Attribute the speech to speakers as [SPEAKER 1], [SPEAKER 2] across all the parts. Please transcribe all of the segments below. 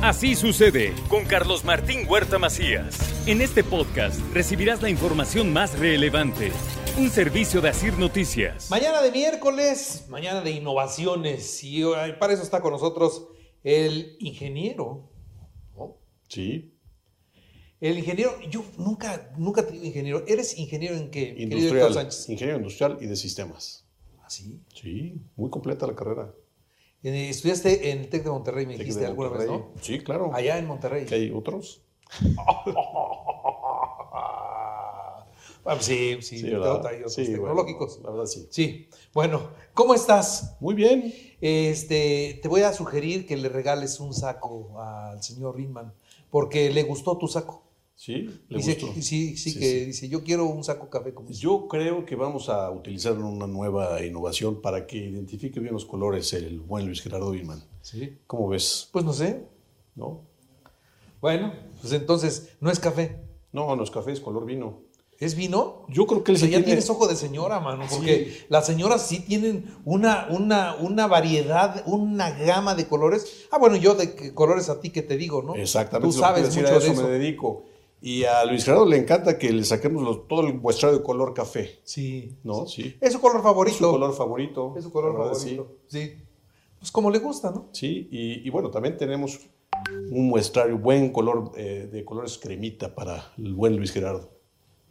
[SPEAKER 1] Así sucede con Carlos Martín Huerta Macías. En este podcast recibirás la información más relevante. Un servicio de Asir Noticias.
[SPEAKER 2] Mañana de miércoles, mañana de innovaciones. Y eh, para eso está con nosotros el ingeniero. ¿no?
[SPEAKER 3] Sí,
[SPEAKER 2] El ingeniero, yo nunca, nunca te digo ingeniero. ¿Eres ingeniero en qué? querido Héctor
[SPEAKER 3] industrial,
[SPEAKER 2] Sánchez?
[SPEAKER 3] ingeniero industrial y de sistemas.
[SPEAKER 2] ¿Ah, sí?
[SPEAKER 3] Sí, muy completa la carrera.
[SPEAKER 2] Eh, Estudiaste en el TEC de Monterrey, me
[SPEAKER 3] Tec de
[SPEAKER 2] dijiste alguna vez,
[SPEAKER 3] Monterrey.
[SPEAKER 2] ¿no?
[SPEAKER 3] Sí, claro.
[SPEAKER 2] Allá en Monterrey.
[SPEAKER 3] ¿Que ¿Hay otros?
[SPEAKER 2] Ah, sí, sí, te-
[SPEAKER 3] ¿verdad?
[SPEAKER 2] hay otros
[SPEAKER 3] Sí, bueno,
[SPEAKER 2] tecnológicos.
[SPEAKER 3] la verdad, sí.
[SPEAKER 2] Sí. Bueno, ¿cómo estás?
[SPEAKER 3] Muy bien.
[SPEAKER 2] Este, te voy a sugerir que le regales un saco al señor Rinman, porque le gustó tu saco.
[SPEAKER 3] Sí, le
[SPEAKER 2] Dice,
[SPEAKER 3] gustó.
[SPEAKER 2] sí, sí,
[SPEAKER 3] Sí,
[SPEAKER 2] que
[SPEAKER 3] sí.
[SPEAKER 2] dice, yo quiero un saco café como ese.
[SPEAKER 3] Yo creo que vamos a utilizar una nueva innovación para que identifique bien los colores el buen Luis Gerardo Vilman.
[SPEAKER 2] Sí.
[SPEAKER 3] ¿Cómo ves?
[SPEAKER 2] Pues no sé.
[SPEAKER 3] ¿No?
[SPEAKER 2] Bueno, pues entonces, no es café,
[SPEAKER 3] No, no es café, es color vino.
[SPEAKER 2] es vino.
[SPEAKER 3] Yo creo que él
[SPEAKER 2] O sea,
[SPEAKER 3] se
[SPEAKER 2] ya
[SPEAKER 3] tiene-
[SPEAKER 2] tienes ojo de señora, mano, porque las señoras sí tienen una, una, una variedad, una gama de colores. Ah, bueno, yo de que- colores a ti que te digo, ¿no?
[SPEAKER 3] Exactamente.
[SPEAKER 2] Tú
[SPEAKER 3] es lo que
[SPEAKER 2] sabes
[SPEAKER 3] te
[SPEAKER 2] mucho
[SPEAKER 3] iba a
[SPEAKER 2] de
[SPEAKER 3] decir, a
[SPEAKER 2] eso.
[SPEAKER 3] me dedico. Y a Luis Gerardo le encanta que le saquemos los- todo el muestreo de color café.
[SPEAKER 2] Sí.
[SPEAKER 3] ¿No? Sí.
[SPEAKER 2] Es su color favorito.
[SPEAKER 3] Es su color favorito.
[SPEAKER 2] Es su color
[SPEAKER 3] la verdad,
[SPEAKER 2] favorito. Sí. Pues como le gusta, ¿no?
[SPEAKER 3] Sí, sí. Y, y bueno, también tenemos un muestrario, buen color eh, de colores cremita para el buen Luis Gerardo.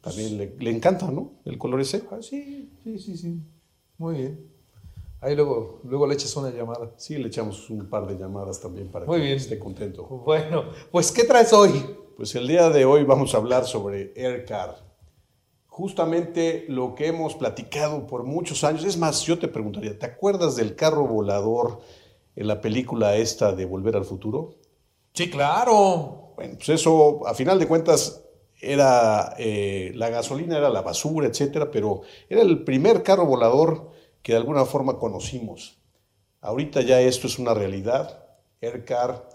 [SPEAKER 3] También le, le encanta, ¿no? El color ese.
[SPEAKER 2] Ah, sí, sí, sí, sí. Muy bien. Ahí luego, luego le echas una llamada.
[SPEAKER 3] Sí, le echamos un par de llamadas también para
[SPEAKER 2] Muy
[SPEAKER 3] que
[SPEAKER 2] bien.
[SPEAKER 3] esté contento.
[SPEAKER 2] Bueno, pues ¿qué traes hoy?
[SPEAKER 3] Pues el día de hoy vamos a hablar sobre Aircar. Justamente lo que hemos platicado por muchos años. Es más, yo te preguntaría, ¿te acuerdas del carro volador en la película esta de Volver al Futuro?
[SPEAKER 2] Sí, claro.
[SPEAKER 3] Bueno, pues eso, a final de cuentas, era eh, la gasolina, era la basura, etcétera, pero era el primer carro volador que de alguna forma conocimos. Ahorita ya esto es una realidad. Aircar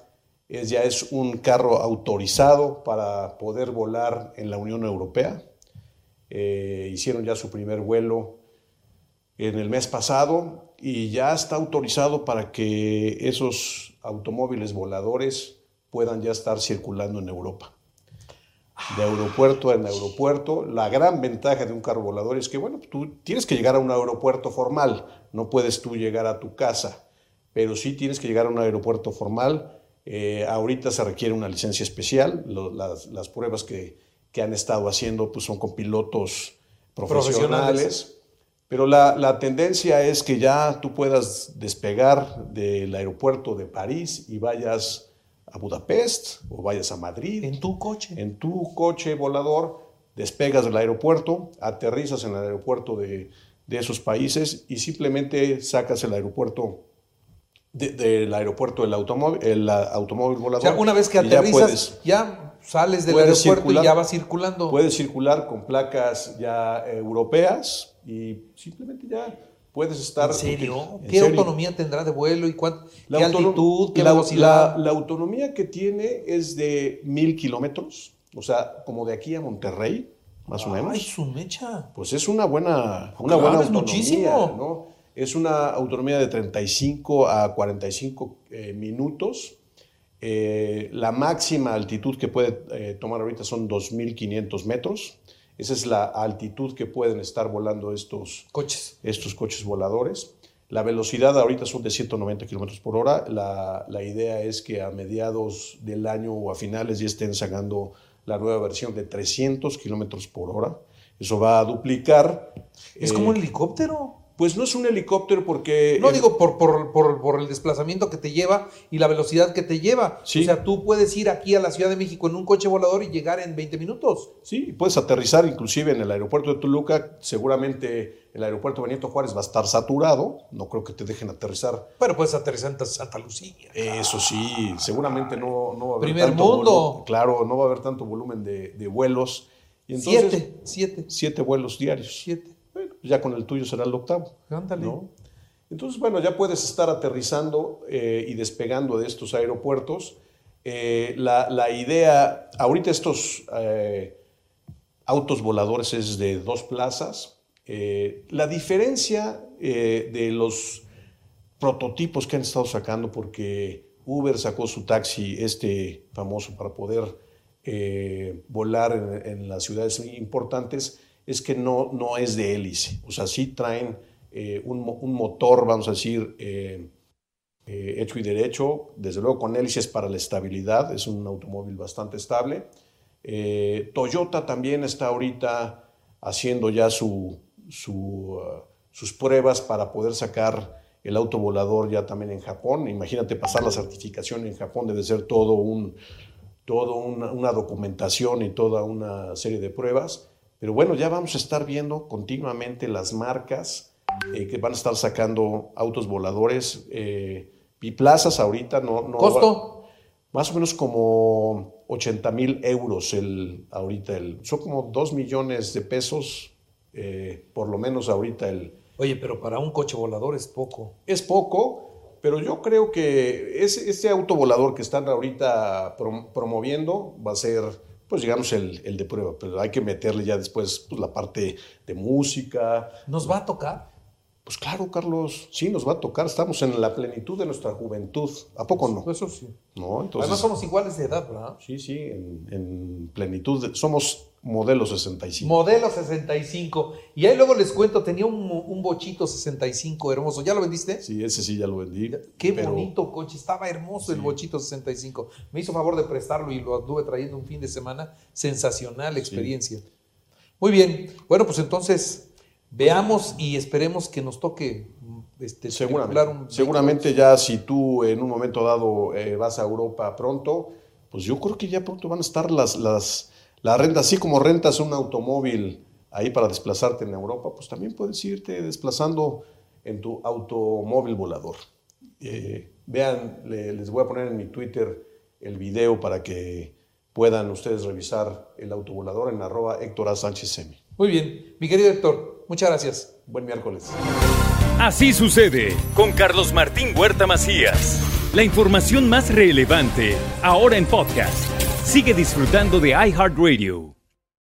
[SPEAKER 3] es, ya es un carro autorizado para poder volar en la Unión Europea. Eh, hicieron ya su primer vuelo en el mes pasado y ya está autorizado para que esos automóviles voladores puedan ya estar circulando en Europa. De aeropuerto en aeropuerto, la gran ventaja de un carro volador es que, bueno, tú tienes que llegar a un aeropuerto formal, no puedes tú llegar a tu casa, pero sí tienes que llegar a un aeropuerto formal. Eh, ahorita se requiere una licencia especial, lo- las, las pruebas que, que han estado haciendo pues, son con pilotos
[SPEAKER 2] Profesionales.
[SPEAKER 3] profesionales. Pero la, la tendencia es que ya tú puedas despegar del aeropuerto de París y vayas a Budapest o vayas a Madrid.
[SPEAKER 2] En tu coche.
[SPEAKER 3] En tu coche volador despegas del aeropuerto, aterrizas en el aeropuerto de, de esos países y simplemente sacas el aeropuerto de- del aeropuerto del automóvil, el a- automóvil
[SPEAKER 2] O
[SPEAKER 3] volador.
[SPEAKER 2] sea, una vez que
[SPEAKER 3] y ya
[SPEAKER 2] aterrizas,
[SPEAKER 3] puedes-
[SPEAKER 2] ya, sales del
[SPEAKER 3] puedes
[SPEAKER 2] aeropuerto
[SPEAKER 3] circular.
[SPEAKER 2] y ya vas circulando.
[SPEAKER 3] Puedes circular con placas ya eh, europeas y simplemente ya puedes estar.
[SPEAKER 2] ¿En serio?
[SPEAKER 3] en
[SPEAKER 2] ¿Qué
[SPEAKER 3] serio.
[SPEAKER 2] autonomía tendrá de vuelo y cuánto?
[SPEAKER 3] La
[SPEAKER 2] ¿Qué
[SPEAKER 3] autonom-
[SPEAKER 2] altitud? ¿Qué
[SPEAKER 3] la,
[SPEAKER 2] velocidad?
[SPEAKER 3] la- la autonomía que tiene es de mil kilómetros, o sea, como de aquí a Monterrey, más o
[SPEAKER 2] Ay,
[SPEAKER 3] menos.
[SPEAKER 2] su mecha.
[SPEAKER 3] Pues es una buena, una
[SPEAKER 2] Claro,
[SPEAKER 3] buena
[SPEAKER 2] es
[SPEAKER 3] autonomía,
[SPEAKER 2] muchísimo.
[SPEAKER 3] ¿no? Es una autonomía de 35 a 45 eh, minutos. Eh, la máxima altitud que puede eh, tomar ahorita son 2.500 metros. Esa es la altitud que pueden estar volando estos,
[SPEAKER 2] Coches.
[SPEAKER 3] estos coches voladores. La velocidad ahorita son de 190 kilómetros por hora. La, la idea es que a mediados del año o a finales ya estén sacando la nueva versión de 300 kilómetros por hora. Eso va a duplicar.
[SPEAKER 2] Es
[SPEAKER 3] eh,
[SPEAKER 2] como un helicóptero.
[SPEAKER 3] Pues no es un helicóptero porque...
[SPEAKER 2] No
[SPEAKER 3] el-
[SPEAKER 2] digo por, por, por, por el desplazamiento que te lleva y la velocidad que te lleva.
[SPEAKER 3] Sí.
[SPEAKER 2] O sea, tú puedes ir aquí a la Ciudad de México en un coche volador y llegar en 20 minutos.
[SPEAKER 3] Sí, puedes aterrizar inclusive en el aeropuerto de Toluca. Seguramente el aeropuerto Benito Juárez va a estar saturado. No creo que te dejen aterrizar.
[SPEAKER 2] Pero puedes aterrizar en Santa Lucía.
[SPEAKER 3] Eso sí, seguramente no, no va a haber
[SPEAKER 2] Primer
[SPEAKER 3] tanto
[SPEAKER 2] mundo.
[SPEAKER 3] volu- Claro, no va a haber tanto volumen de, de vuelos. Y entonces,
[SPEAKER 2] siete, siete,
[SPEAKER 3] siete vuelos diarios.
[SPEAKER 2] siete.
[SPEAKER 3] Bueno, pues ya con el tuyo será el octavo.
[SPEAKER 2] Ándale.
[SPEAKER 3] ¿no? Entonces, bueno, ya puedes estar aterrizando eh, y despegando de estos aeropuertos. Eh, la, la idea, ahorita estos eh, autos voladores es de dos plazas. Eh, la diferencia eh, de los prototipos que han estado sacando, porque Uber sacó su taxi, este famoso, para poder eh, volar en, en, las ciudades importantes, es que no, no es de hélice. O sea, sí traen eh, un, un, motor, vamos a decir, eh, hecho y derecho, desde luego con hélices para la estabilidad, es un automóvil bastante estable. Eh, Toyota también está ahorita haciendo ya su, su, uh, sus pruebas para poder sacar el auto volador ya también en Japón. Imagínate pasar la certificación en Japón, debe ser todo un, todo una, una, documentación y toda una serie de pruebas. Pero bueno, ya vamos a estar viendo continuamente las marcas eh, que van a estar sacando autos voladores eh, biplazas ahorita. No, no
[SPEAKER 2] ¿Costo?
[SPEAKER 3] Más o menos como 80 mil euros el, ahorita. El, son como 2 millones de pesos, eh, por lo menos ahorita el,
[SPEAKER 2] Oye, pero para un coche volador es poco.
[SPEAKER 3] Es poco, pero yo creo que ese, este auto volador que están ahorita promoviendo va a ser, pues digamos, el, el de prueba, pero hay que meterle ya después pues, la parte de música.
[SPEAKER 2] ¿Nos va a tocar?
[SPEAKER 3] Pues claro, Carlos, sí, nos va a tocar. Estamos en la plenitud de nuestra juventud. ¿A poco no?
[SPEAKER 2] Eso sí.
[SPEAKER 3] No, entonces,
[SPEAKER 2] Además somos iguales de edad, ¿verdad?
[SPEAKER 3] Sí, sí, en, en plenitud. De, somos Modelo 65.
[SPEAKER 2] Modelo 65. Y ahí luego les cuento, tenía un, un, bochito 65 hermoso. ¿Ya lo vendiste?
[SPEAKER 3] Sí, ese sí ya lo vendí.
[SPEAKER 2] Qué pero... bonito coche, estaba hermoso sí. el bochito 65. Me hizo favor de prestarlo y lo anduve trayendo un fin de semana. Sensacional experiencia. Sí. Muy bien. Bueno, pues entonces veamos y esperemos que nos toque. mm,
[SPEAKER 3] Este, seguramente, un... seguramente ya si tú en un momento dado eh, vas a Europa pronto, pues yo creo que ya pronto van a estar las, las la renta, así como rentas un automóvil ahí para desplazarte en Europa, pues también puedes irte desplazando en tu automóvil volador. Eh, vean, le, les voy a poner en mi Twitter el video para que puedan ustedes revisar el autovolador en arroba Héctor A. Sánchez Semi.
[SPEAKER 2] Muy bien, mi querido Héctor, muchas gracias.
[SPEAKER 3] Buen miércoles.
[SPEAKER 1] Así sucede con Carlos Martín Huerta Macías. La información más relevante ahora en podcast. Sigue disfrutando de iHeartRadio.